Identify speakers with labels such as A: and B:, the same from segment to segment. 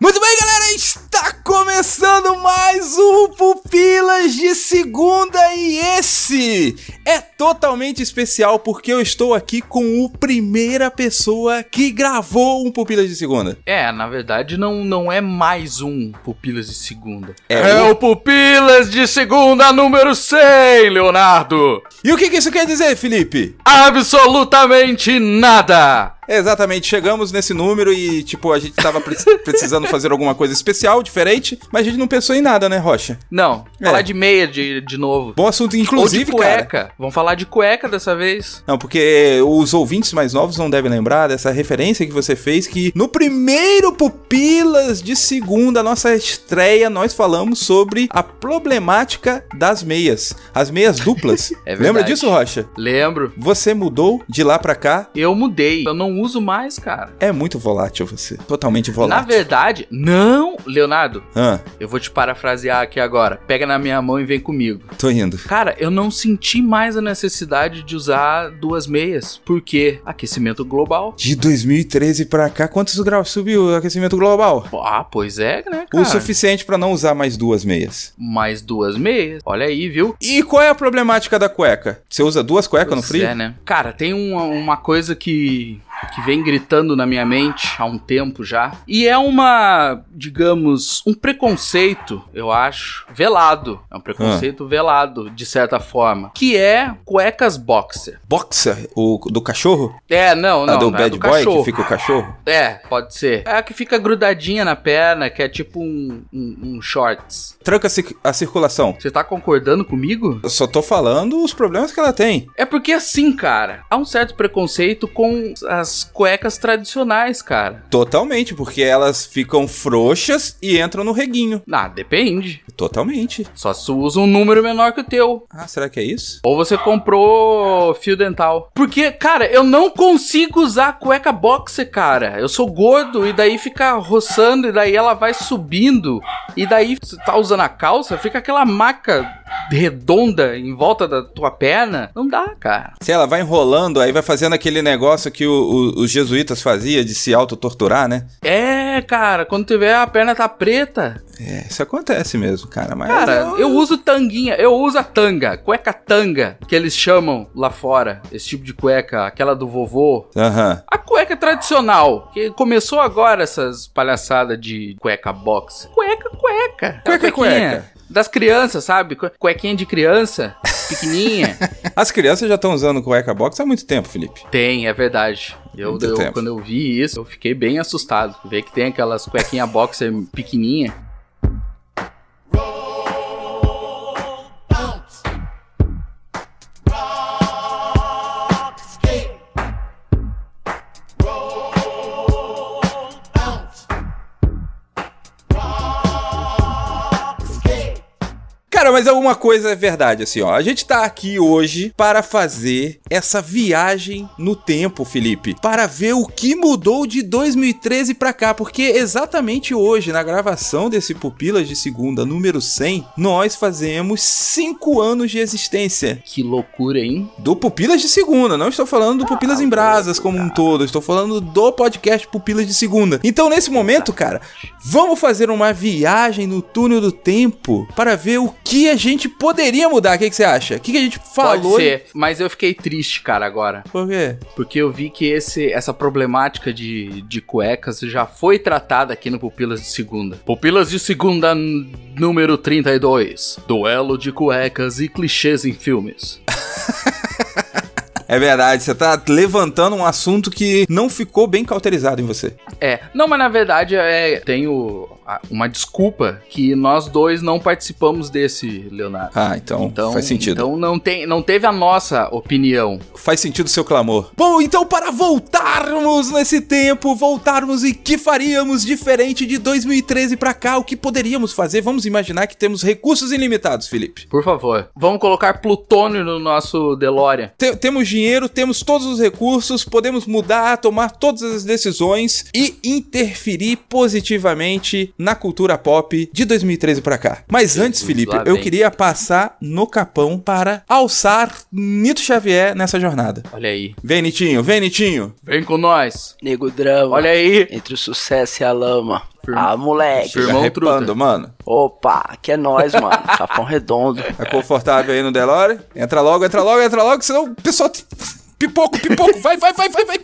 A: Muito bem, galera, está começando mais um Pupilas de Segunda e esse é totalmente especial porque eu estou aqui com o primeira pessoa que gravou um Pupilas de Segunda.
B: É, na verdade não, não é mais um Pupilas de Segunda.
A: É
B: o Pupilas de Segunda número 100, Leonardo!
A: E o que, que isso quer dizer, Felipe?
B: Absolutamente nada!
A: Exatamente, chegamos nesse número e, tipo, a gente tava pre- precisando fazer alguma coisa especial, diferente, mas a gente não pensou em nada, né, Rocha?
B: Não,
A: É.
B: falar de meia de, de novo.
A: Bom assunto, inclusive,
B: Ou de
A: cara.
B: cueca. Vamos falar de cueca dessa vez?
A: Não, porque os ouvintes mais novos não devem lembrar dessa referência que você fez que no primeiro Pupilas de segunda, a nossa estreia, nós falamos sobre a problemática das meias, as meias duplas.
B: É verdade.
A: Lembra disso, Rocha?
B: Lembro.
A: Você mudou de lá pra cá?
B: Eu mudei. Eu não uso mais, cara.
A: É muito volátil você, totalmente volátil.
B: Na verdade, não, Leonardo,
A: Ah,
B: eu vou te parafrasear aqui agora. Pega na minha mão e vem comigo.
A: tô indo.
B: Cara, eu não senti mais a necessidade de usar duas meias, porque aquecimento global.
A: De 2013 pra cá, quantos graus subiu o aquecimento global?
B: Ah, pois é, né,
A: O
B: cara?
A: suficiente pra não usar mais duas meias.
B: Mais duas meias. Olha aí, viu?
A: E qual é a problemática da cueca? Você usa duas cuecas no
B: Pois
A: frio?
B: É, né? Cara, tem uma, uma coisa que, que vem gritando na minha mente há um tempo já. E é uma, digamos, um preconceito, eu acho, velado. É um
A: Ah.
B: preconceito velado, de certa forma. Que é cuecas boxer.
A: Boxer, o do cachorro?
B: É, não, não.
A: a do
B: não é
A: Bad
B: do
A: Boy,
B: cachorro.
A: que fica o cachorro?
B: É, pode ser. É a que fica grudadinha na perna, que é tipo um, um, um shorts.
A: Tranca a cir- a circulação.
B: Você tá concordando comigo?
A: Eu só tô falando os problemas que ela tem.
B: É porque assim, cara, há um certo preconceito com as cuecas tradicionais, cara.
A: Totalmente, porque elas ficam frouxas e entram no reguinho.
B: Ah, depende.
A: Totalmente.
B: Só se usa um número menor que o teu.
A: Ah, será que é isso?
B: Ou você comprou fio dental. Porque, cara, eu não consigo usar cueca boxer, cara. Eu sou gordo e daí fica roçando e daí ela vai subindo. E daí você tá usando a calça, fica aquela maca redonda em volta da tua perna. Não dá, cara.
A: Se ela vai enrolando, aí vai fazendo aquele negócio que o- o- os jesuítas faziam de se autotorturar, né?
B: É, cara, quando tiver a perna tá preta,
A: É, isso acontece mesmo, cara. Mas
B: Cara, eu uso tanguinha, eu uso a tanga, cueca tanga, que eles chamam lá fora, esse tipo de cueca, aquela do vovô.
A: Aham.
B: A cueca tradicional, que começou agora essas palhaçadas de cueca box. Cueca, cueca.
A: Cueca,
B: É a cuequinha
A: cueca.
B: Das crianças, sabe? Cue- Cuequinha de criança, pequenininha.
A: As crianças já estão usando cueca box há muito tempo, Felipe.
B: tem, é verdade. Eu,
A: Muito
B: eu-
A: tempo.
B: quando eu vi isso, eu fiquei bem assustado. Ver que tem aquelas cuequinha boxer pequenininha.
A: Cara, mas alguma coisa é verdade, assim, ó. A gente tá aqui hoje para fazer essa viagem no tempo, Felipe. Para ver o que mudou de 2013 pra cá. Porque exatamente hoje, na gravação desse Pupilas de Segunda número 100, nós fazemos 5 anos de existência.
B: Que loucura, hein?
A: Do Pupilas de Segunda. Não estou falando do Ah, Pupilas em Brasas como um todo. Estou falando do podcast Pupilas de Segunda. Então, nesse momento, cara, Vamos fazer uma viagem no túnel do tempo para ver o que a gente poderia mudar. O que, que você acha? O que, que a gente falou?
B: Pode ser, mas eu fiquei triste, cara, agora.
A: Por quê?
B: Porque eu vi que esse, essa problemática de, de cuecas já foi tratada aqui no Pupilas de Segunda. Pupilas de Segunda n- número 32. Duelo de cuecas e clichês em filmes.
A: É verdade, você tá levantando um assunto que não ficou bem cauterizado em você.
B: É, não, mas na verdade é, tem o, a- uma desculpa que nós dois não participamos desse, Leonardo.
A: Ah, então, faz sentido.
B: Então não, tem, não teve a nossa opinião.
A: Faz sentido o seu clamor. Bom, então para voltarmos nesse tempo, voltarmos e que faríamos diferente de 2013 pra cá, o que poderíamos fazer? Vamos imaginar que temos recursos ilimitados, Felipe.
B: Por favor, vamos colocar plutônio no nosso DeLorean.
A: Te- temos dinheiro, temos todos os recursos, podemos mudar, tomar todas as decisões e interferir positivamente na cultura pop de 2013 pra cá. Mas antes, Felipe,
B: lá
A: eu
B: vem.
A: queria passar no capão para alçar Nito Xavier nessa jornada.
B: Olha aí.
A: Vem, Nitinho, vem, Nitinho.
B: Vem com nós.
C: Nego drama.
B: Olha aí.
C: Entre o sucesso e a lama.
B: Firme.
C: Ah, moleque.
B: Firme. Irmão
A: Arrepando,
B: Truta.
A: mano.
C: Opa, que é nós, mano. Capão redondo.
A: Tá confortável aí no Delore? Entra logo, entra logo, entra logo, senão o pessoal. te- Pipoco, pipoco, vai, vai, vai, vai, vai.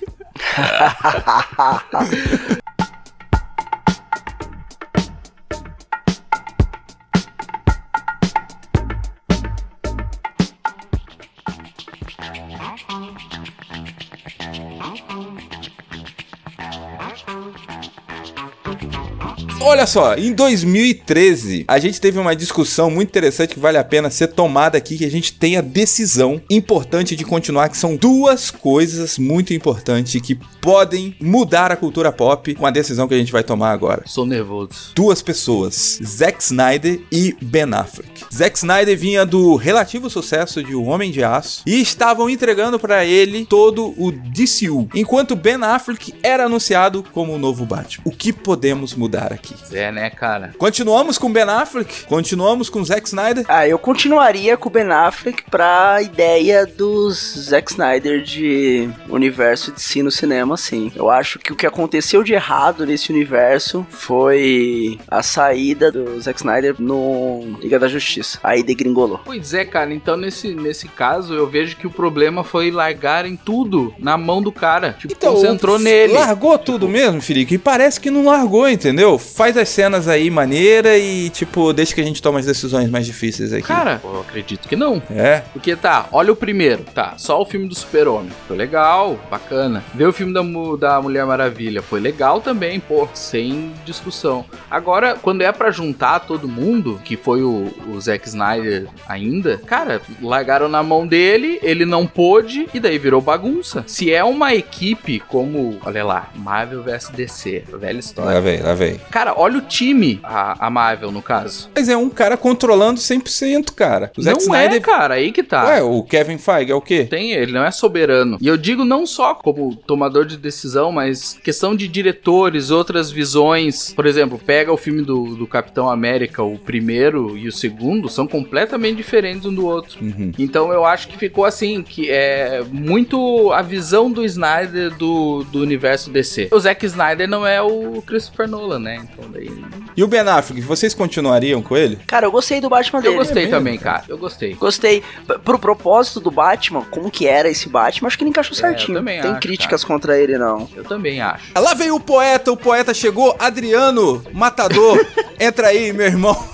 A: Olha só, em 2013, a gente teve uma discussão muito interessante que vale a pena ser tomada aqui, que a gente tem a decisão importante de continuar, que são duas coisas muito importantes que podem mudar a cultura pop com a decisão que a gente vai tomar agora.
B: Estou nervoso.
A: duas pessoas, Zack Snyder e Ben Affleck. Zack Snyder vinha do relativo sucesso de O Homem de Aço e estavam entregando pra ele todo o DCU, enquanto Ben Affleck era anunciado como o novo Batman. O que podemos mudar aqui?
B: É, né, cara?
A: Continuamos com Ben Affleck? Continuamos com Zack Snyder?
C: Ah, eu continuaria com o Ben Affleck pra ideia dos Zack Snyder de universo de si no cinema, sim. Eu acho que o que aconteceu de errado nesse universo foi a saída do Zack Snyder no Liga da Justiça. Aí degringolou.
B: Pois é, cara. Então, nesse, nesse caso, eu vejo que o problema foi largarem tudo na mão do cara. Tipo, concentrou
A: Então, f-
B: nele.
A: Largou tudo mesmo, Felipe? E parece que não largou, entendeu? Faz as cenas aí maneira e, tipo, deixa que a gente toma as decisões mais difíceis aqui.
B: Cara, eu acredito que não.
A: É,
B: Porque tá, olha o primeiro, tá, só o filme do Super-Homem, foi legal, bacana. Ver o filme da, Mu- da Mulher Maravilha, foi legal também, pô, sem discussão. Agora, quando é pra juntar todo mundo, que foi o, o Zack Snyder ainda, cara, largaram na mão dele, ele não pôde, e daí virou bagunça. Se é uma equipe como, olha lá, Marvel vs DC, velha
A: lá
B: história.
A: vem, lá vem.
B: Cara, olha o time, a, a Marvel no caso.
A: Mas é um cara controlando 100%, cara. O Zack
B: não é,
A: Snyder.
B: cara, aí que tá.
A: Ué, o Kevin Feige é o quê?
B: Tem, ele não é soberano. E eu digo não só como tomador de decisão, mas questão de diretores, outras visões. Por exemplo, pega o filme do, do Capitão América, o primeiro e o segundo, são completamente diferentes um do outro.
A: Uhum.
B: Então eu acho que ficou assim, que é muito a visão do Snyder do, do universo DC. O Zack Snyder não é o Christopher Nolan, né? Então daí.
A: E o Ben Affleck, vocês continuariam com ele?
C: Cara, eu gostei do Batman
B: Eu
C: dele. né?
B: gostei
A: é mesmo,
B: também, cara. Eu gostei.
C: Gostei. P- Pro propósito do Batman, como que era esse Batman, acho que ele encaixou
B: É, eu
C: certinho.
B: também
C: Tem
B: acho,
C: críticas contra ele, não.
B: Eu também acho.
A: Ah, Lá veio o poeta, o poeta chegou, Adriano Matador. Entra aí, meu irmão.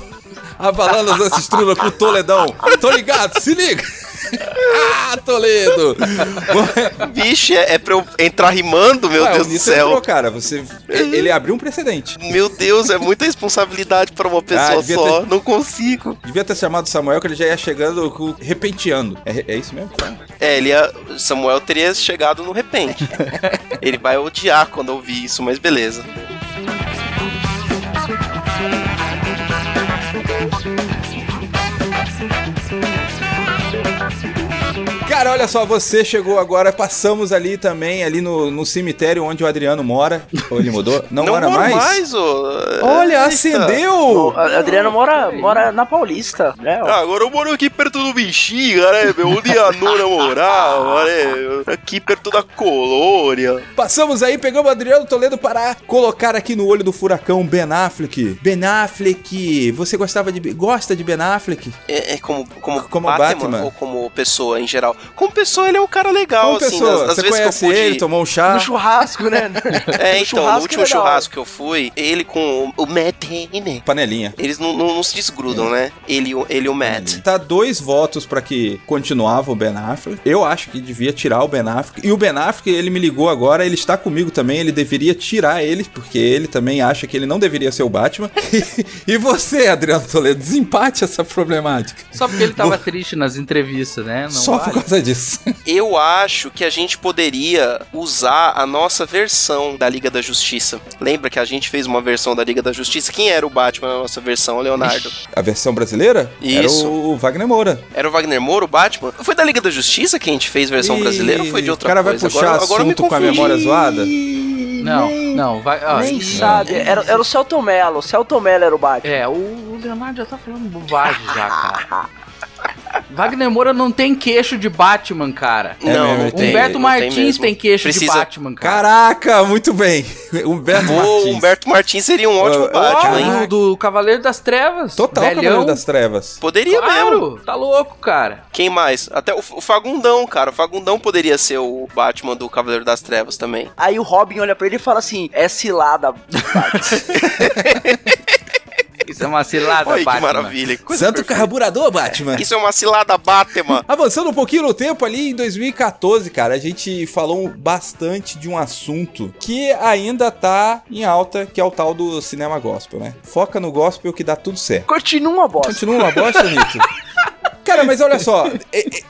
A: Abalando as estrulas com o Toledão. Tô ligado, se liga. Ah, Toledo!
D: Vixe, é, é pra eu entrar rimando, meu
A: Ué,
D: Deus
A: o
D: do
A: Nito
D: céu.
A: entrou, cara. Você, ele abriu um precedente.
D: Meu Deus, é muita responsabilidade pra uma pessoa
A: Ah, devia
D: só. Não consigo.
A: Devia ter chamado o Samuel, que ele já ia chegando com- repenteando. É, é isso mesmo?
D: É, ele ia, Samuel teria chegado no repente. ele vai odiar quando ouvir isso, mas beleza.
A: Cara, olha só, você chegou agora, passamos ali também, ali no, no cemitério onde o Adriano mora. Ou ele mudou? Não, mora
D: moro
A: mais?
D: ô.
A: Olha,
D: Eita.
C: O
A: acendeu!
C: A- Adriano mora, mora na Paulista, né?
D: Ah, Agora eu moro aqui perto do Bexiga, né, meu? Onde a Nora morava, né? Aqui perto da colônia.
A: Passamos aí, pegamos o Adriano Toledo para colocar aqui no olho do furacão Ben Affleck. Ben Affleck, você gostava de gosta de Ben Affleck?
D: É, é como, como,
A: Como
D: Batman,
A: Batman.
D: ou como pessoa em geral. Como pessoa, ele é um cara legal,
A: Como
D: assim.
A: pessoa,
D: das- das
A: você
D: vezes que eu
A: conhece
D: pude...
A: ele, tomou um chá.
C: No churrasco, né?
D: ah. É, então, no
C: ele
D: último
C: é da hora.
D: churrasco que eu fui, ele com o, o Matt Haney,
A: Panelinha.
D: eles não, não- não se desgrudam, né? Ele, e o- ele e o Matt.
A: Tá dois votos pra que continuava o Ben Affleck. Eu acho que devia tirar o Ben Affleck. E o Ben Affleck, ele me ligou agora, ele está comigo também, ele deveria tirar ele, porque ele também acha que ele não deveria ser o Batman. e você, Adriano Toledo, desempate essa problemática.
B: Só porque ele tava triste nas entrevistas, né? Não
A: Só
B: vale.
A: por causa disso.
D: Eu acho que a gente poderia usar a nossa versão da Liga da Justiça. Lembra que a gente fez uma versão da Liga da Justiça? Quem era o Batman na nossa versão, Leonardo?
A: A versão brasileira era
D: Isso.
A: o Wagner Moura.
D: Era o Wagner Moura, o Batman? Foi da Liga da Justiça que a gente fez versão
A: Ih,
D: brasileira ou foi de outra
A: O cara vai
D: coisa?
A: puxar
D: agora, agora eu me
A: assunto com a
D: confundi.
A: memória zoada.
B: Não, não, vai. ó,
C: Nem
B: isso-
C: sabe. Era, era o Celton Mello. O Celton Mello era o Batman.
B: É, o Leonardo já tá falando bobagem já, cara. Wagner Moura não tem queixo de Batman, cara.
A: É
D: Não,
A: mesmo,
D: não
A: ele
D: tem,
A: tem,
B: Humberto
D: não
B: Martins
D: mesmo.
B: tem, queixo de
D: Precisa-
B: Batman, cara.
A: Caraca, muito bem. Humberto
D: Pô,
A: Martins.
D: Humberto Martins seria um ótimo
A: Ah,
D: Batman, hein?
A: Caraca.
B: Ó, do, do Cavaleiro das Trevas.
A: Total
B: velhão.
A: Cavaleiro das Trevas.
D: Poderia mesmo.
B: Claro, tá louco, cara.
D: Quem mais? Até o, o Fagundão, cara. O Fagundão poderia ser o Batman do Cavaleiro das Trevas também.
C: Aí o Robin olha pra ele e fala assim: é cilada.
B: Isso é uma
C: Ah,
B: cilada,
D: Olha que
B: Batman.
D: maravilha. que coisa
A: Santo
D: perfeita.
A: carburador, Batman.
D: Isso é uma cilada Batman.
A: Avançando um pouquinho no tempo ali em 2014, cara, a gente falou bastante de um assunto que ainda tá em alta, que é o tal do cinema gospel, né? Foca no gospel que dá tudo certo.
C: Continua a bosta.
A: Continua uma bosta, Nito? Cara, mas olha só, e-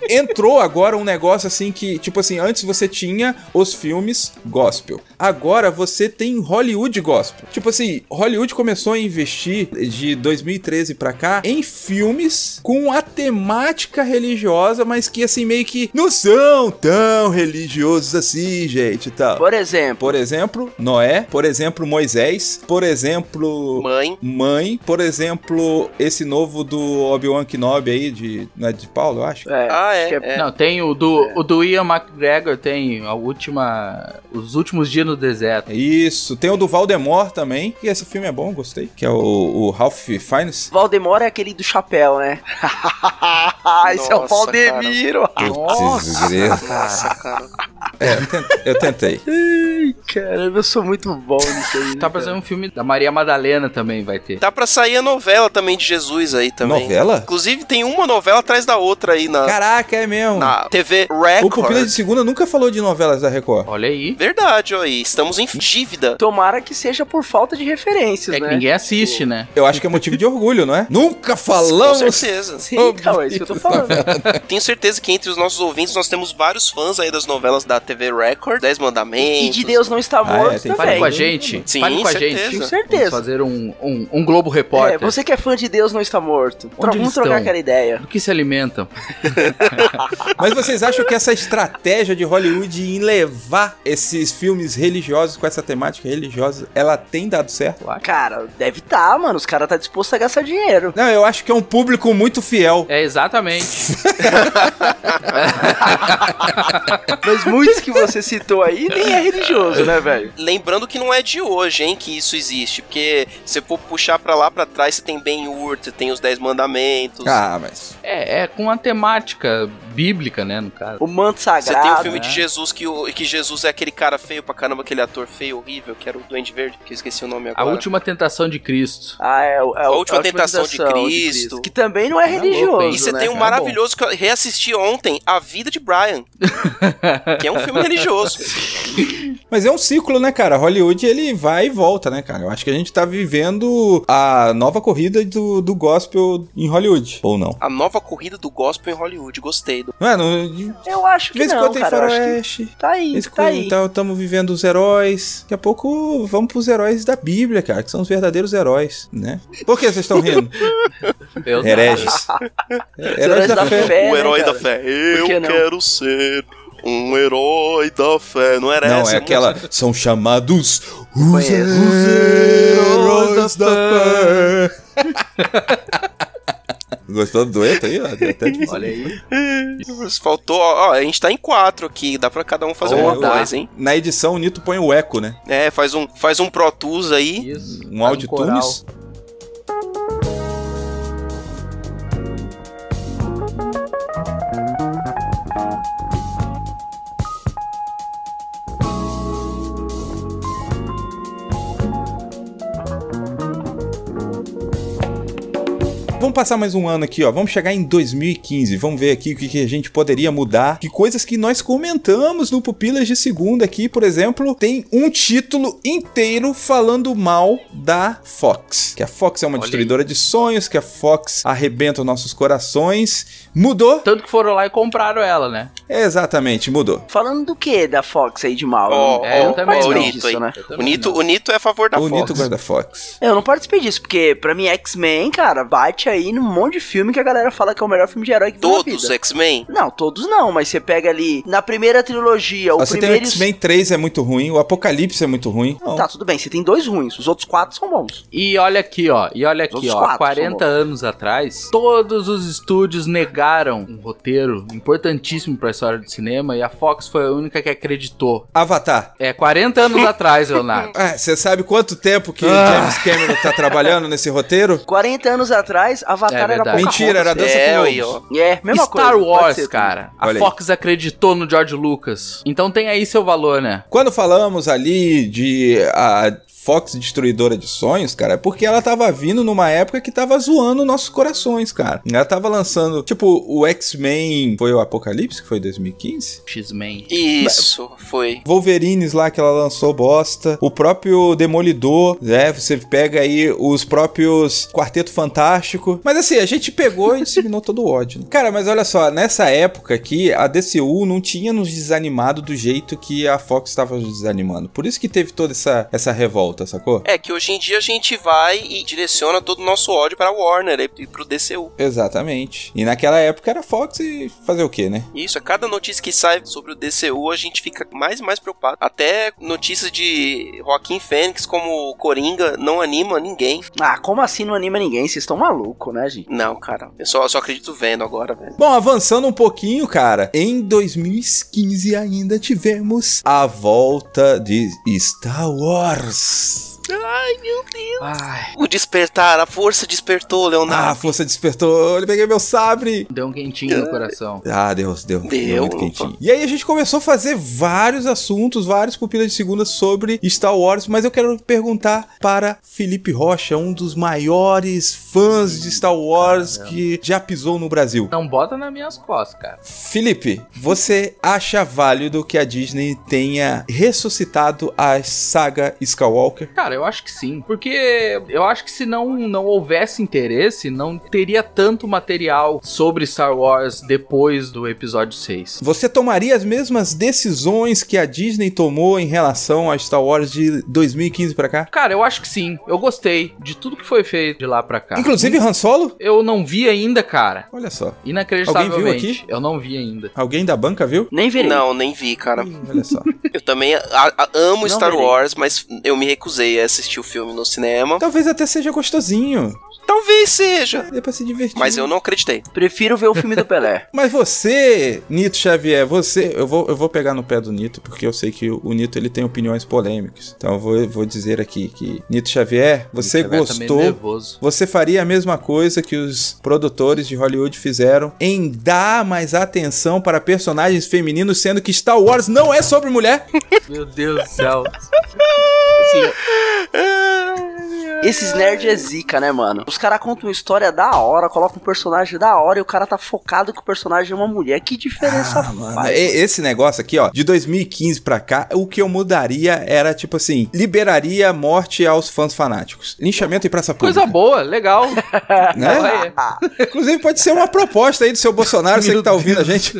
A: e- entrou agora um negócio assim que, tipo assim, antes você tinha os filmes gospel. Agora você tem Hollywood gospel. Tipo assim, Hollywood começou a investir de 2013 pra cá em filmes com a temática religiosa, mas que assim meio que não são tão religiosos assim, gente, e tal.
C: Por exemplo,
A: Por exemplo, Noé, por exemplo, Moisés, por exemplo,
D: Mãe.
A: mãe, por exemplo, esse novo do Obi-Wan Kenobi aí, de, não é de Paulo, eu acho.
C: é,
D: Ah,
C: que
D: é.
C: é-
D: é.
B: Não, tem o do, o do Ian McGregor, tem a última. Os últimos dias no deserto.
A: É Isso, tem o do Valdemort também, e esse filme é bom, gostei, que é o, o Ralph Fiennes.
C: Valdemar é aquele do chapéu, né? Esse é o
D: Nossa,
C: Valdemiro.
B: tá
A: Putz, grilo.
D: Ah, Nossa, cara.
A: É, eu tent- eu tentei.
C: Ai, Caramba, eu sou muito bom nisso aí.
B: Tá
C: cara.
B: fazendo um filme da Maria Madalena também, vai ter.
D: Tá pra sair a novela também de Jesus aí também.
A: Novela?
D: Inclusive, tem uma novela atrás da outra aí na,
A: Caraca, é mesmo.
D: na TV
A: o Pupila de
D: Record.
A: Segunda nunca falou de novelas da Record.
B: Olha aí.
D: Verdade, ó aí. Estamos em dívida.
C: Tomara que seja por falta de referências,
B: É que
C: né?
B: ninguém assiste, né?
A: Eu acho que é motivo de orgulho, não é? Nunca
D: Com
A: falamos
D: certeza.
C: Sim, então, é isso que eu tô falando.
D: Tenho certeza que entre os nossos ouvintes nós temos vários fãs aí das novelas da TV Record, Dez Mandamentos.
C: E de Deus não está
A: Ah, é,
C: morto
A: tem que
C: também.
B: Fale com a gente.
D: Sim,
B: Fale com a
D: certeza.
B: gente.
C: Com
B: Vamos
C: certeza.
B: fazer um, um, um Globo
C: É,
B: Repórter.
C: você que é fã de Deus não está morto. Tro-
B: Onde
C: Vamos
B: eles
C: trocar
B: estão?
C: aquela ideia.
B: Do que se alimentam?
A: Mas vocês acham que essa estratégia de Hollywood em levar esses filmes religiosos com essa temática religiosa, ela tem dado certo?
C: Ah, Cara, deve tá, mano. Os caras tá disposto a gastar dinheiro.
A: Não, eu acho que é um público muito fiel.
B: É, exatamente.
C: Mas muitos que você citou aí nem é religioso, né, velho?
D: Lembrando que não é de hoje, hein, que isso existe. Porque se for puxar pra lá, pra trás, você tem Ben Hur, você tem os Dez Mandamentos.
A: Ah, mas.
B: É, é com a temática bíblica, né, no caso.
C: O manto
D: Você tem o
C: sagrado.
D: filme de
B: né?
D: Jesus que, o, que Jesus é aquele cara feio pra caramba, aquele ator feio, horrível, que era o Duende Verde, que eu esqueci o nome
B: A
D: agora.
B: última tentação de Cristo.
C: Ah, é, o- é, o-
D: A Última
C: é
D: Tentação de Cristo.
C: Que também não é
B: Tá
C: religioso.
B: louco, hein?
D: E você
C: né,
D: tem um
C: cara?
D: maravilhoso que eu reassisti ontem, A Vida de Brian, que é um filme religioso.
A: Mas é um ciclo, né, cara? Hollywood ele vai e volta, né, cara? Eu acho que a gente tá vivendo a nova corrida do, do gospel em Hollywood. Ou não?
D: A nova corrida do gospel em Hollywood, gostei. Do...
A: Não é? Não, de
C: Eu acho que
A: vez em
C: não,
A: quando tem
C: cara. eu acho
B: é-
C: que
A: faroeste.
C: tá aí,
A: Esse
C: tá aí.
A: Então, estamos vivendo os heróis. Daqui a pouco vamos pros heróis da Bíblia, cara, que são os verdadeiros heróis, né? Por que vocês estão rindo?
B: Eu não.
A: Hereges. Heróis da fé.
D: o
C: né,
D: herói
C: cara?
D: da fé.
C: Por
D: Eu
C: que não?
D: quero ser um herói da fé. Não era
A: Não,
D: essa
A: é
D: a música?
A: aquela. São chamados os
C: Conheço.
A: heróis da fé. Gostou do dueto aí? ó? Até de-
B: Olha aí.
D: Faltou, ó, ó, a gente tá em quatro aqui, dá pra cada um fazer
A: É,
D: uma
A: dá.
D: voz, hein?
A: Na edição, o Nito põe o eco, né?
D: É, faz um, faz um Pro Tools aí.
B: Isso. Faz
A: Um áudio
B: coral.
A: tunes. vamos passar mais um ano aqui, ó. Vamos chegar em 2015. Vamos ver aqui o que, que a gente poderia mudar. Que coisas que nós comentamos no Pupilas de Segunda aqui, por exemplo, tem um título inteiro falando mal da Fox. Que a Fox é uma
D: Olha aí.
A: destruidora de sonhos, que a Fox arrebenta os nossos corações. Mudou?
B: Tanto que foram lá e compraram ela, né?
A: Exatamente, mudou.
C: Falando do que da Fox aí de mal?
D: Ó,
C: Eu
D: ó,
B: É, eu
C: não
B: também
D: ó, o
B: não.
C: participei
D: Nito,
C: disso,
D: hein?
C: né?
B: Eu
D: O
B: também
D: Nito,
B: não.
D: o Nito é a favor da
A: o
D: Fox.
A: Nito guarda Fox.
C: Eu não participei disso, porque pra mim X-Men, cara, bate aí num monte de filme que a galera fala que é o melhor filme de herói que viu na
D: Todos os
B: é.
C: vida.
D: X-Men.
C: Não, todos não, mas você pega ali na primeira trilogia, o
A: Ah, Você tem o
C: primeiro. e o
A: X-Men 3 é muito ruim, o Apocalipse é muito ruim. Não.
C: Tá, tudo bem, você tem dois ruins, os outros quatro são bons.
B: E olha aqui, ó. E olha aqui,
C: Os
B: ó.
C: quatro,
B: 40
C: por
B: anos atrás, todos os estúdios negaram um roteiro importantíssimo pra história do cinema e a Fox foi a única que acreditou.
A: Avatar.
B: É, 40 anos atrás, Leonardo.
A: Ah, você sabe quanto tempo que
B: Ah.
A: James Cameron tá trabalhando nesse roteiro?
C: 40 anos atrás,
B: É
C: Avatar era
B: verdade.
C: Pocahontas,
A: Mentira, era
C: velho.
A: dança
D: É,
A: com
D: aí,
A: lobos.
D: ó.
C: É, mesma coisa.
B: Star
C: pode
B: Wars,
C: ser,
B: cara. A
A: Olha aí.
B: Fox acreditou no George Lucas. Então tem aí seu valor, né?
A: Quando falamos ali de a Fox destruidora de sonhos, cara, é porque ela tava vindo numa época que tava zoando nossos corações, cara. Ela tava lançando, tipo, o X-Men, foi o Apocalipse, que foi 2015?
B: X-Men.
D: Isso, foi.
A: Wolverines lá que ela lançou bosta, o próprio Demolidor, né? Você pega aí os próprios Quarteto Fantástico. Mas assim, a gente pegou e disseminou todo o ódio. né? Cara, mas olha só, nessa época aqui, a DCU não tinha nos desanimado do jeito que a Fox estava nos desanimando. Por isso que teve toda essa, essa revolta, sacou?
D: É que hoje em dia a gente vai e direciona todo o nosso ódio pra Warner e e pro DCU.
A: Exatamente. E naquela época era Fox e fazer o quê, né?
D: Isso, a cada notícia que sai sobre o DCU, a gente fica mais e mais preocupado. Até notícias de Joaquim Fênix como Coringa não anima ninguém.
C: Ah, como assim não anima ninguém? Vocês estão malucos, né, gente?
D: Não, cara. Eu só, só acredito vendo agora, velho.
A: Bom, avançando um pouquinho, cara, em 2015 ainda tivemos a volta de Star Wars.
B: Ai,
D: O despertar, a força despertou,
A: Ah, a
D: Leonardo.
A: força despertou, ele peguei meu sabre.
B: deu um quentinho no coração.
A: Ah, Deus, deu.
D: Deu,
A: muito quentinho. E aí a gente começou a fazer vários assuntos, vários pupilas de segunda sobre Star Wars, mas eu quero perguntar para Felipe Rocha, um dos maiores fãs de Star Wars que já pisou no Brasil.
B: Não bota nas minhas costas, cara.
A: Felipe, você acha válido que a Disney tenha ressuscitado a saga Skywalker?
B: Cara, eu acho que sim. Porque eu acho que se não, não houvesse interesse, não teria tanto material sobre Star Wars depois do episódio 6.
A: Você tomaria as mesmas decisões que a Disney tomou em relação a Star Wars de 2015 pra cá?
B: Cara, eu acho que sim. Eu gostei de tudo que foi feito de lá pra
D: Tá.
B: cá.
A: Inclusive Han Solo?
B: Eu não vi ainda, cara.
A: Olha só.
B: Inacreditavelmente.
A: Alguém viu aqui?
B: Eu não vi ainda.
A: Alguém da banca viu?
C: Nem verei.
D: Não, nem vi, cara.
A: Ih, Olha só.
D: Eu também a- a- amo
C: Não
D: Star
C: verei.
D: Wars, mas eu me recusei a assistir o filme no cinema.
A: Talvez até seja gostosinho.
D: Talvez seja.
A: Dê pra se divertir.
D: Mas eu não acreditei.
C: Prefiro ver o filme do Pelé.
A: Mas você, Nito Xavier, você. Eu vou, eu vou pegar no pé do Nito, porque eu sei que o Nito ele tem opiniões polêmicas. Então eu vou, eu vou dizer aqui que. Nito Xavier, você
B: Ele vai também
A: gostou.
B: nervoso.
A: Você faria a mesma coisa que os produtores de Hollywood fizeram em dar mais atenção para personagens femininos, sendo que Star Wars não é sobre mulher?
B: Meu Deus do céu.
C: Esses nerds é zica, né, mano? Os caras contam uma história da hora, colocam um personagem da hora e o cara tá focado que o personagem é uma mulher. Que diferença
A: Ah, mano,
C: faz? né?
A: e- esse negócio aqui, ó, de 2015 pra cá, o que eu mudaria era tipo assim, liberaria a morte aos fãs fanáticos. Linchamento e praça pública.
B: Coisa boa, legal.
A: né?
B: Vai.
C: Ah,
A: Inclusive pode ser uma proposta aí do seu Bolsonaro, você que tá ouvindo a gente.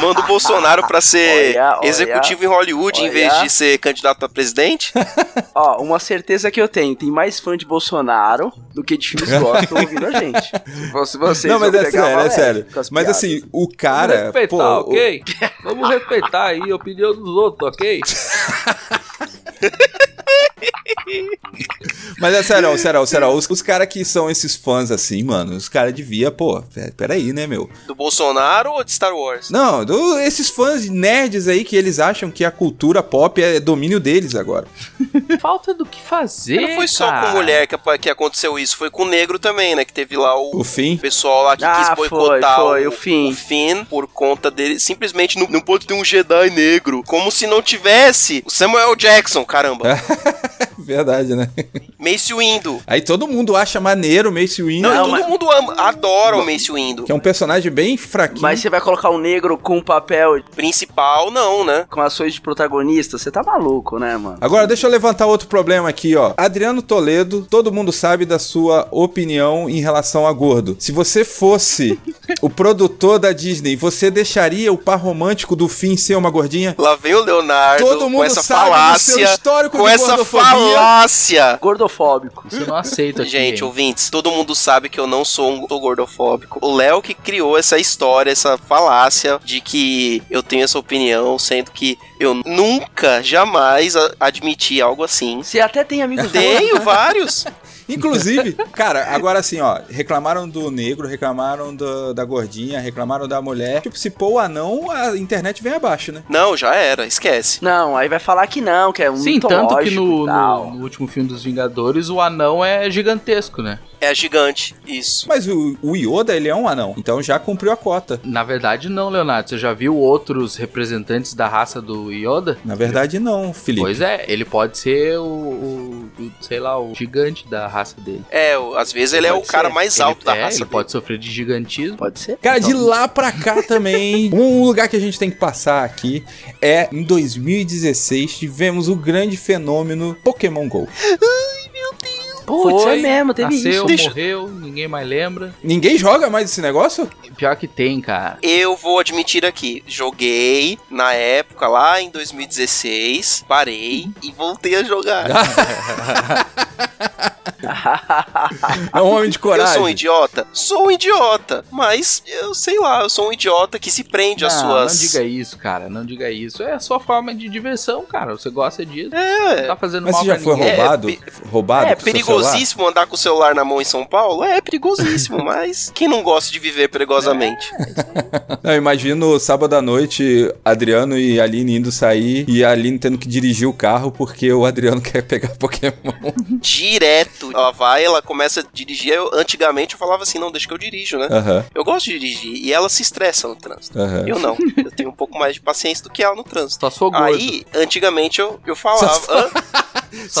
D: Manda o Bolsonaro pra ser
C: Olha, olha,
D: executivo em Hollywood em
C: olha.
D: vez de ser candidato a presidente?
C: ó, uma certeza que eu tenho: tem mais fã de Bolsonaro do que de filmes que gostam ouvindo a gente. Se fosse vocês,
A: Não, mas
C: eu
A: é
C: pegava
A: sério, é
C: leve
A: sério.
C: com as
A: Mas
C: piadas.
A: assim, o
B: Vamos
A: cara,
B: respeitar,
A: pô, o-
B: ok? Vamos respeitar aí a opinião dos outros, ok?
A: Mas é sério, sério, sério. Os, os caras que são esses fãs assim, mano, os caras devia, pô, pe- peraí, né, meu?
D: Do Bolsonaro ou de Star Wars?
A: Não, do- esses fãs nerds aí que eles acham que a cultura pop é domínio deles agora.
B: Falta do que fazer.
D: Não foi só
B: cara.
D: com mulher que, apa- que aconteceu isso, foi com o negro também, né? Que teve lá o
A: O fim.
D: pessoal lá que
C: Ah,
D: quis boicotar
C: foi, foi,
D: o,
C: o Finn.
D: o Finn por conta dele. Simplesmente não, não pode ter um Jedi
A: É?
D: negro. Como se não tivesse o Samuel Jackson, caramba.
A: Verdade, né?
D: Mace Windu.
A: Aí todo mundo acha maneiro o Mace Windu,
D: Não,
C: Não,
D: todo
C: mas-
D: mundo ama, adora o Mace Windu.
A: é. que é um personagem bem fraquinho.
C: Mas você vai colocar um negro com um papel,
D: Principal, não, né?
C: com ações de protagonista? Você tá maluco, né, mano?
A: Agora, deixa eu levantar outro problema aqui, ó. Adriano Toledo, todo mundo sabe da sua opinião em relação a gordo. Se você fosse o produtor da Disney, você deixaria o par romântico do fim ser uma gordinha?
D: Lá vem o Leonardo
A: Todo
D: com
A: mundo
D: essa
A: sabe do seu
D: falácia.
A: histórico
D: Com
A: de
D: essa
A: gordofobia.
D: falácia.
C: Gordofóbico.
B: Isso eu não aceito aqui.
D: Gente, ouvintes, todo mundo sabe que eu não sou um sou gordofóbico. O Léo que criou essa história, essa falácia de que eu tenho essa opinião, sendo que eu nunca, jamais a- admiti algo assim.
C: Você até tem amigos gordos.
D: Tenho vários.
A: Inclusive, cara, agora assim, ó, reclamaram do negro, reclamaram do- da gordinha, reclamaram da mulher. Tipo, se pôr o anão, a internet vem abaixo, né?
D: Não, já era, esquece.
C: Não, aí vai falar que não, que é um
B: Sim, tanto que no,
C: mitológico e tal.
B: no- no último filme dos Vingadores o anão é gigantesco, né?
D: É gigante, isso.
A: Mas o, o Yoda, ele é um anão, então já cumpriu a cota.
B: Na verdade, não, Leonardo. Você já viu outros representantes da raça do Yoda?
A: Na verdade, não, Felipe.
B: Pois é, ele pode ser o, o- o- sei lá, o gigante da raça dele.
D: É, o- às vezes ele é o
C: Pode
D: cara
C: ser.
D: mais alto
B: ele,
D: da
B: é,
D: raça.
B: ele
D: dele.
B: pode sofrer de gigantismo.
C: Pode ser.
A: Cara, de lá pra cá também. um lugar que a gente tem que passar aqui é em 2016 tivemos o grande fenômeno Pokémon Go.
C: Putz, é
B: Foi,
C: mesmo, teve
B: Nasceu,
C: isso.
B: morreu, ninguém mais lembra.
A: Ninguém joga mais esse negócio?
B: Pior que tem, cara.
D: Eu vou admitir aqui, joguei na época lá em 2016,
B: Uhum.
D: parei e voltei a jogar.
A: É um homem de coragem.
D: Eu sou um idiota? Sou um idiota. Mas eu sei lá, eu sou um idiota que se prende às
B: não,
D: suas.
B: não diga isso, cara. Não diga isso. É a sua forma de diversão, cara. Você gosta disso.
D: É,
B: Não tá fazendo
A: Mas
B: mal
A: você já
B: pra
A: foi
B: ninguém.
D: É,
A: roubado?
D: pe-
B: Ah,
A: roubado?
D: é
A: pro seu celular?
D: perigosíssimo andar com o celular na mão em São Paulo? É perigosíssimo, mas quem não gosta de viver
B: É.
D: perigosamente?
A: Não, eu imagino sábado à noite, Adriano e Aline indo sair e a Aline tendo que dirigir o carro porque o Adriano quer pegar Pokémon.
D: Direto. Ela vai, ela começa a dirigir. Eu, antigamente eu falava assim: não, deixa que eu dirijo, né?
A: Aham,
D: Eu gosto de dirigir e ela se estressa no trânsito.
A: aham.
D: Eu não. Eu tenho um pouco mais de paciência do que ela no trânsito.
B: É. Só se for gordo.
D: Aí, antigamente eu, eu falava.
A: Só-
D: "Hã?
B: Só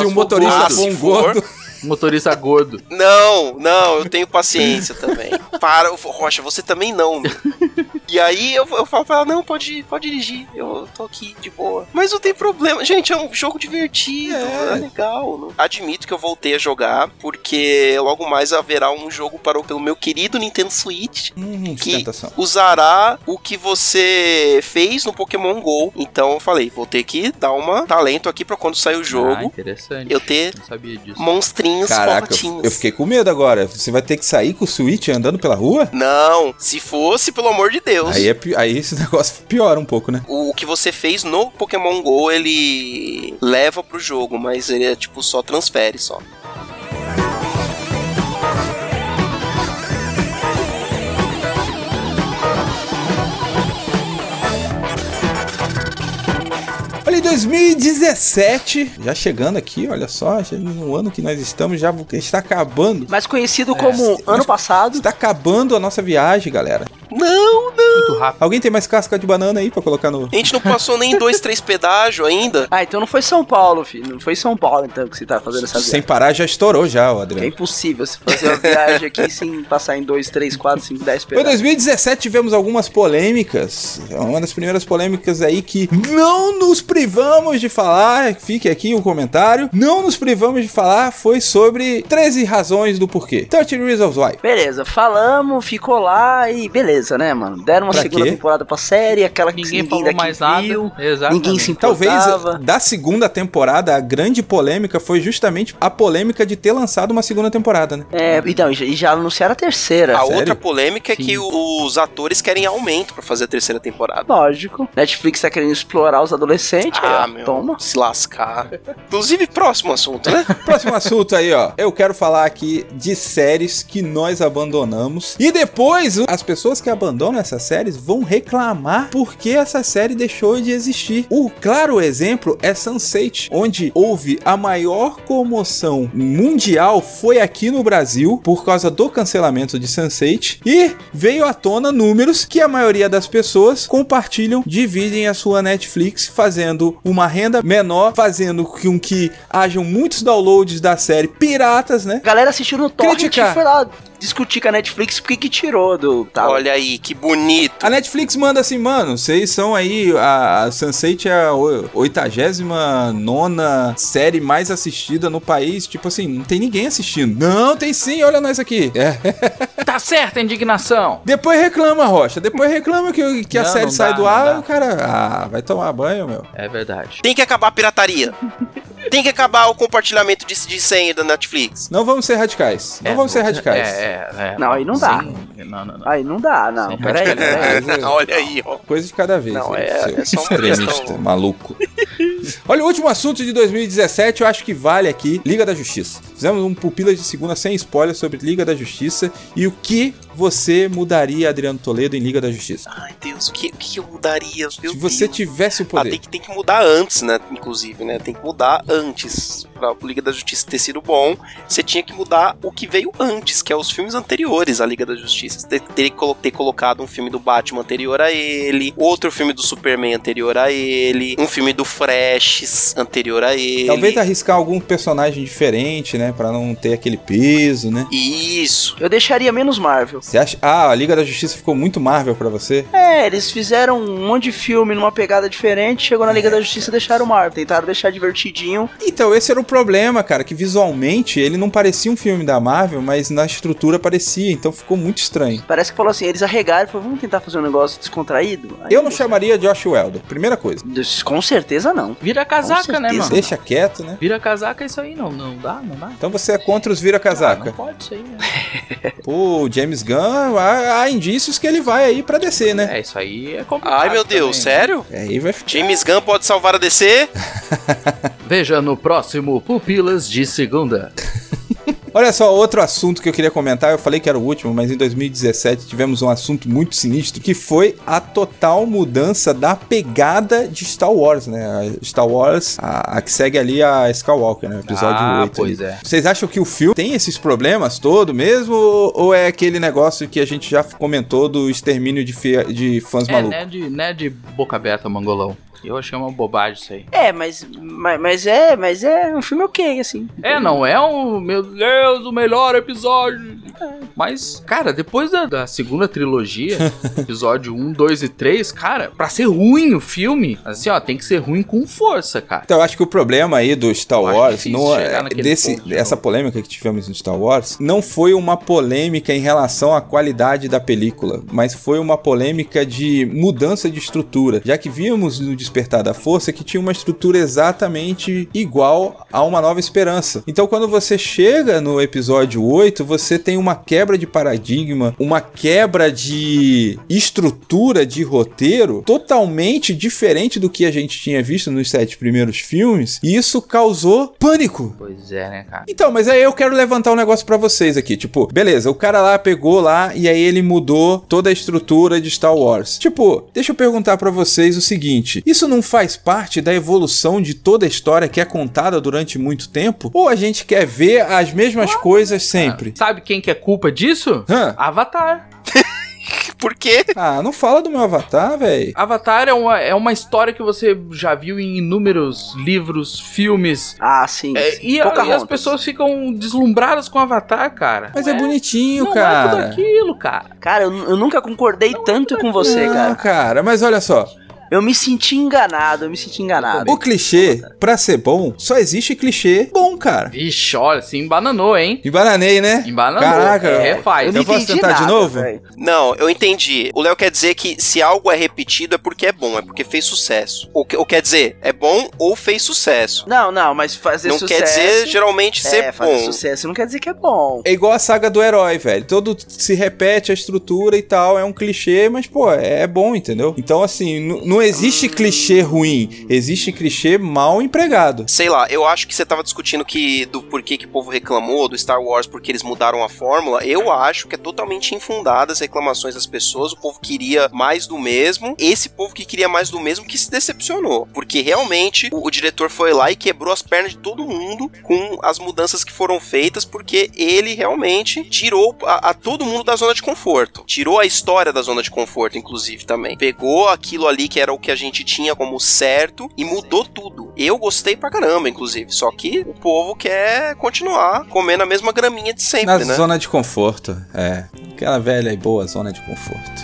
A: Se o
B: for
A: motorista
D: Ah,
B: gordo.
A: for
D: se
A: um
D: for.
A: gordo,
B: Motorista gordo.
D: Não, não, eu tenho paciência também. Para, eu falo, Rocha, você também não. meu." E aí eu, eu falo pra ela, não, pode, pode dirigir, eu tô aqui de boa. Mas não tem problema, gente, é um jogo divertido, é, legal. não- Admito que eu voltei a jogar, porque logo mais haverá um jogo para o pelo meu querido Nintendo Switch.
A: hum,
D: Que-
A: tentação.
D: Usará o que você fez no Pokémon GO. Então eu falei, vou ter que dar uma talento aqui pra quando sair o
B: Ah,
D: jogo,
B: interessante.
D: eu ter
B: Não sabia disso.
D: monstrinhos
A: Caraca, eu,
D: fortinhos.
A: eu fiquei com medo agora. Você vai ter que sair com o Switch andando pela rua?
D: Não, se fosse, pelo amor de Deus.
A: Aí, é pi- aí esse negócio piora um pouco, né?
D: O que você fez no Pokémon GO, ele leva pro jogo, mas ele é tipo só transfere só.
A: Olha, em 2017, já chegando aqui, olha só, já no ano que nós estamos, já está acabando.
C: Mas conhecido como
A: mas-
C: ano passado.
A: Está acabando a nossa viagem, galera.
D: Não!
B: Muito rápido.
A: Alguém tem mais casca de banana aí pra colocar no.
D: A gente não passou nem dois, três pedágios ainda.
C: Ah, então não foi São Paulo, filho. Não foi São Paulo, então, que você tá fazendo essa
A: Sem
C: viagem.
A: parar, já estourou já, o
C: É
A: Adriano.
C: impossível você fazer uma viagem aqui sem passar em 2, 3, 4, 5, 10
A: Em
C: pedaços.
A: 2017 tivemos algumas polêmicas. Uma das primeiras polêmicas aí que não nos privamos de falar, fique aqui o comentário. Não nos privamos de falar foi sobre 13 razões do porquê. 13 Reasons Why.
C: Beleza, falamos, ficou lá e beleza, né, mano? Deram uma
A: Pra
C: segunda
A: quê?
C: temporada pra série, aquela que
B: Ninguém
C: ninguém
B: falou
C: daqui
B: mais
C: viu.
B: nada. Exatamente.
C: Ninguém se
A: Talvez
C: importava.
A: da segunda temporada a grande polêmica foi justamente a polêmica de ter lançado uma segunda temporada, né?
C: É, então, e já- e já anunciaram a terceira.
D: A
A: Sério?
D: outra polêmica é
B: Sim.
D: que o- os atores querem aumento pra fazer a terceira temporada.
C: Lógico. Netflix tá querendo explorar os adolescentes.
D: Ah,
C: aí, ó,
D: meu.
C: Toma.
D: Se lascar. Inclusive, próximo assunto, né?
A: Próximo assunto aí, ó. Eu quero falar aqui de séries que nós abandonamos. E depois, as pessoas que abandonam essas séries vão reclamar porque essa série deixou de existir. O claro exemplo é Sunset, onde houve a maior comoção mundial foi aqui no Brasil por causa do cancelamento de Sunset e veio à tona números que a maioria das pessoas compartilham, dividem a sua Netflix fazendo uma renda menor, fazendo com que hajam muitos downloads da série piratas, né?
C: A galera assistiu no torrent
A: Criticar.
C: e foi lá discutir com a Netflix por que que tirou do
A: Tá.
C: tal.
D: Olha aí, que bonito.
A: A Netflix manda assim, mano, vocês são aí, a, a Sunset é a o- 89ª série mais assistida no país. Tipo assim, não tem ninguém assistindo. Não, tem sim, olha nós aqui. É.
B: Tá certa a indignação.
A: Depois reclama, Rocha. Depois reclama que, que a
B: Não,
A: série
B: não
A: sai
B: dá,
A: do
B: não
A: ar
B: dá.
A: o cara... Ah, vai tomar banho, meu.
B: É verdade.
D: Tem que acabar a pirataria. Tem que acabar o compartilhamento de, de senha da Netflix.
A: Não vamos ser radicais. Não
B: É,
A: Então vamos ser radicais.
B: É, é, é.
C: Não, aí não dá.
B: Sim, não, não, não.
C: Aí não dá, não.
B: Sim.
C: Peraí, peraí.
A: Mas, é,
D: Olha aí, ó.
A: Coisa de cada vez.
D: Não,
A: né,
D: é-
A: seu
D: é só uma
A: extremista,
D: questão.
A: maluco. Olha, o último assunto de 2017, eu acho que vale aqui, Liga da Justiça. Fizemos um Pupilas de Segunda sem spoiler sobre Liga da Justiça e o que você mudaria, Adriano Toledo, em Liga da Justiça?
D: Ai, Deus, o que, o que eu mudaria? Meu
A: Se você
D: Deus.
A: tivesse o
D: Ah, tem
A: poder.
D: que, tem que mudar antes, né? Inclusive, né? Tem que mudar antes. Pra Liga da Justiça ter sido bom, você tinha que mudar o que veio antes, que é os filmes anteriores à Liga da Justiça. Você ter, teria que colo- ter colocado um filme do Batman anterior a ele, outro filme do Superman anterior a ele, um filme do Fresh anterior a ele.
A: Talvez arriscar algum personagem diferente, né? Pra não ter aquele peso, né?
D: Isso.
C: Eu deixaria menos Marvel.
A: Você acha. Ah, a Liga da Justiça ficou muito Marvel pra você?
C: É, eles fizeram um monte de filme numa pegada diferente, chegou na Liga da Justiça e deixaram o Marvel. Tentaram deixar divertidinho.
A: Então, esse era o problema, cara, que visualmente ele não parecia um filme da Marvel, mas na estrutura parecia, então ficou muito estranho.
C: Parece que falou assim, eles arregaram e falaram, vamos tentar fazer um negócio descontraído? Aí
A: Eu não
C: deixa-
A: chamaria Josh Weldon, primeira coisa.
C: Des- Com certeza não.
B: Vira casaca, né,
C: certeza.
B: mano?
A: Deixa quieto, né?
B: Vira casaca é isso aí, não. Não dá, não dá.
A: Então você é contra os
B: Não
A: vira-casaca.
B: pode isso aí, né?
A: Pô, o James Gunn, há, há indícios que ele vai aí pra descer, né? É,
B: É, isso aí é complicado.
D: Ai, meu Deus, é?
B: também.
D: sério?
A: Aí vai ficar.
D: James Gunn pode salvar a DC?
B: Veja no próximo Pupilas de Segunda.
A: Olha só, outro assunto que eu queria comentar, eu falei que era o último, mas em 2017 tivemos um assunto muito sinistro, que foi a total mudança da pegada de Star Wars, né? A Star Wars, a, a que segue ali a Skywalker, né? Episódio 8.
B: ah,
A: ali.
B: pois é.
A: Vocês acham que o filme tem esses problemas todo mesmo? Ou ou é aquele negócio que a gente já comentou do extermínio de, fi- de fãs
B: É,
A: malucos?
B: né de, né de boca aberta, mangolão. Eu achei uma bobagem isso aí.
C: É, mas, mas, mas é, mas é um filme ok, assim.
B: É, não é um, meu Deus, o melhor episódio. É, Mas, cara, depois da, da segunda trilogia, episódio 1, 2 e 3, cara, pra ser ruim o filme, assim, ó, tem que ser ruim com força, cara.
A: Então, eu acho que o problema aí do Star
B: Eu acho
A: Wars,
B: difícil
A: não,
B: chegar
A: é-
B: naquele
A: desse,
B: ponto então. de
A: essa
B: novo.
A: polêmica que tivemos no Star Wars, não foi uma polêmica em relação à qualidade da película, mas foi uma polêmica de mudança de estrutura, já que vimos no Despertar da Força que tinha uma estrutura exatamente igual a Uma Nova Esperança. Então, quando você chega no episódio 8, você tem uma quebra de paradigma, uma quebra de estrutura de roteiro totalmente diferente do que a gente tinha visto nos sete primeiros filmes, e isso causou pânico
B: Pois é, né, cara?
A: então, mas aí eu quero levantar um negócio pra vocês aqui. Tipo, beleza, o cara lá pegou lá e aí ele mudou toda a estrutura de Star Wars. Tipo, deixa eu perguntar pra vocês o seguinte: isso não faz parte da evolução de toda a história que é contada durante muito tempo? Ou a gente quer ver as mesmas coisas sempre?
B: Sabe quem que é culpa disso?
A: Hã?
B: Avatar.
D: Por quê?
A: Ah, não fala do meu avatar, velho.
B: Avatar é uma, é uma história que você já viu em inúmeros livros, filmes.
C: Ah, sim.
B: É, e, a- e as pessoas ficam deslumbradas com Avatar, cara.
A: Mas é
B: Não
A: bonitinho,
B: não é tudo
A: cara.
B: aquilo, cara.
C: Cara, eu, eu nunca concordei tanto com você,
A: não,
C: cara.
A: cara, mas olha só.
C: Eu me senti enganado, eu me senti enganado.
A: O clichê, pra ser bom, só existe clichê bom, cara.
B: Vixe, olha, se embananou, hein?
A: E bananei, né?
B: Embananou. É,
A: Caraca.
B: Refaz.
C: Eu não
A: então posso
C: entendi
A: tentar de
C: nada,
A: novo?
C: velho.
D: Não, eu entendi. O Léo quer dizer que se algo é repetido é porque é bom, é porque fez sucesso. Ou, que- ou quer dizer, é bom ou fez sucesso.
C: Não, não, mas fazer
D: não
C: sucesso...
D: quer dizer geralmente
C: é,
D: ser
C: fazer
D: bom.
C: sucesso não quer dizer que é bom.
A: É igual a saga do herói, velho. Todo se repete a estrutura e tal, é um clichê, mas pô, é bom, entendeu? é Então assim, n- não Não existe clichê ruim, existe clichê mal empregado.
D: Sei lá, eu acho que você tava discutindo que do porquê que o povo reclamou do Star Wars porque eles mudaram a fórmula. Eu acho que é totalmente infundada as reclamações das pessoas. O povo queria mais do mesmo. Esse povo que queria mais do mesmo que se decepcionou. Porque realmente o, o diretor foi lá e quebrou as pernas de todo mundo com as mudanças que foram feitas, porque ele realmente tirou a, a todo mundo da zona de conforto. Tirou a história da zona de conforto, inclusive, também. Pegou aquilo ali que era o que a gente tinha como certo e mudou tudo. Eu gostei pra caramba, inclusive. Só que o povo quer continuar comendo a mesma graminha de sempre,
A: Na
D: né?
A: zona de conforto, é. Aquela velha e boa zona de conforto.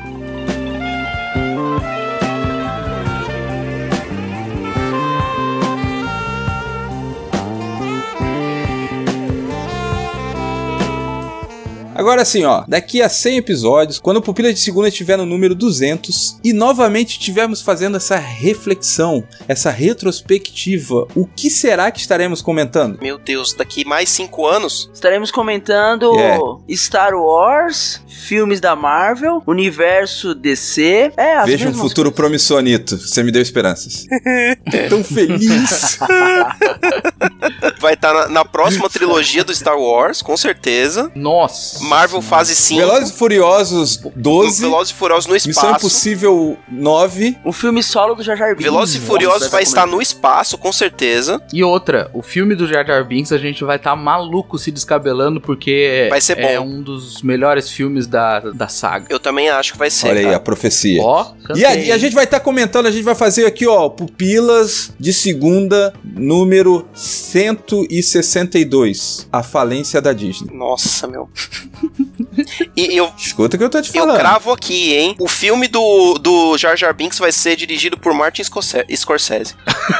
A: Agora assim, ó, daqui a 100 episódios, quando o Pupila de Segunda estiver no número 200 e novamente estivermos fazendo essa reflexão, essa retrospectiva, o que será que estaremos comentando?
D: Meu Deus, daqui mais cinco anos.
C: Estaremos comentando
A: Yeah.
C: Star Wars, filmes da Marvel, universo DC. É, as
A: Veja um
C: mesmas
A: futuro promissonito. Você me deu esperanças. Tão feliz.
D: Vai estar na, na próxima trilogia do Star Wars, com certeza.
B: Nossa.
D: Marvel Fase 5.
A: Velozes e Furiosos 12.
D: Velozes e Furiosos no
A: Missão
D: espaço.
A: Impossível 9.
C: Um filme solo do Jar Jar Binks.
D: Velozes e
C: Nossa, é
D: Furiosos vai estar
C: comentar.
D: no espaço, com certeza.
B: E outra, o filme do Jar Jar Binks a gente vai estar maluco se descabelando porque
D: Vai ser
B: é
D: bom.
B: um dos melhores filmes da, da saga.
D: Eu também acho que vai ser.
A: Olha aí
D: cara.
A: a profecia.
B: Ó,
A: E a,
B: cantei.
A: e a gente vai estar comentando, a gente vai fazer aqui, ó, Pupilas de Segunda, número 162. A falência da Disney.
D: Nossa, meu. e eu,
A: Escuta o que eu tô te
D: eu
A: falando.
D: cravo aqui, hein? O filme do, do Jar Jar Binks vai ser dirigido por Martin Scorse- Scorsese.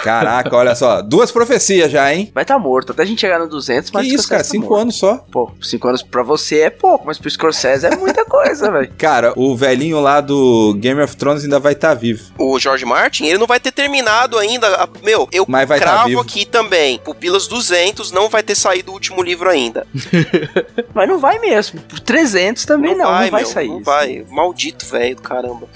A: Caraca, olha só. Duas profecias já, hein?
C: Vai estar morto, até a gente chegar no 200,
A: Que
C: mas tá
A: isso, cara? Cinco anos só.
C: Pô, cinco anos pra você é pouco, mas pro Scorsese é muita coisa, velho.
A: Cara, o velhinho lá do Game of Thrones ainda vai estar vivo.
D: O George Martin, ele não vai ter terminado ainda. a- Meu, eu
A: Mas vai estar
D: cravo
A: vivo.
D: aqui também. Pupilas 200 não vai ter saído o último livro ainda.
C: Mas não vai mesmo. Por 300 também não, não vai,
D: meu,
C: sair.
D: Não
C: isso.
D: vai. Maldito, velho, do caramba.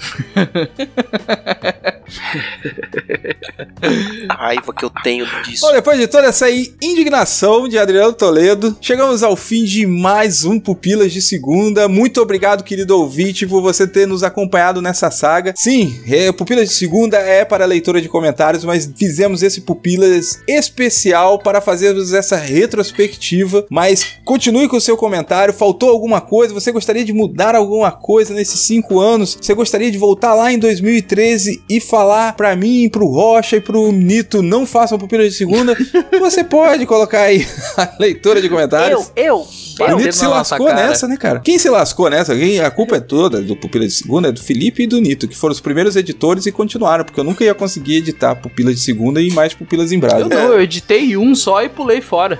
D: A raiva que eu tenho disso.
A: Bom, depois de toda essa aí indignação de Adriano Toledo, chegamos ao fim de mais um Pupilas de Segunda. Muito obrigado, querido ouvinte, por você ter nos acompanhado nessa saga. Sim, é, Pupilas de Segunda é para leitura de comentários, mas fizemos esse Pupilas especial para fazermos essa retrospectiva. Mas continue com o seu comentário. Faltou alguma coisa? Você gostaria de mudar alguma coisa nesses cinco anos? Você gostaria de voltar lá em 2013 e falar pra mim, pro Rocha e pro Nito não façam pupila de segunda? você pode colocar aí a leitura de comentários.
C: Eu, eu,
A: O
B: Eu.
C: eu.
A: Nito
B: Dedo
A: se
B: na nossa
A: lascou
B: cara.
A: nessa, né, cara? Quem se lascou nessa? Quem- A culpa é toda do Pupila de Segunda, é do Felipe e do Nito, que foram os primeiros editores e continuaram, porque eu nunca ia conseguir editar Pupila de Segunda e mais Pupilas em Brasa.
B: Eu não, eu editei um só e pulei fora.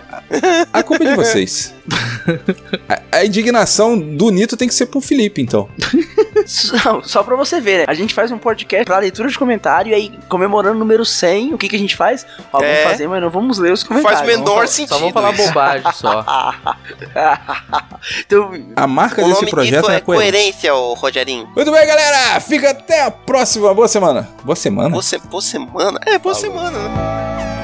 A: A culpa é de vocês. A, a indignação do Nito tem que ser pro Felipe, então.
C: Só, só pra você ver, né? A gente faz um podcast pra leitura de comentário e aí, comemorando o número 100, o que, que a gente faz? Ó,
D: É.
C: vamos fazer, mas não vamos ler os comentários.
D: Faz o menor
C: Vamos
D: sentido.
B: Só vão falar
D: isso.
B: bobagem só.
C: falar- então,
A: A marca
D: O
A: desse
D: nome
A: projeto
D: disso
A: é,
D: é
A: a coerência.
D: coerência, ô Rogerinho.
A: Muito bem, galera! Fica até a próxima. Boa semana. Boa semana?
D: Boa, se- boa semana. É, boa
A: Falou.
D: semana, né?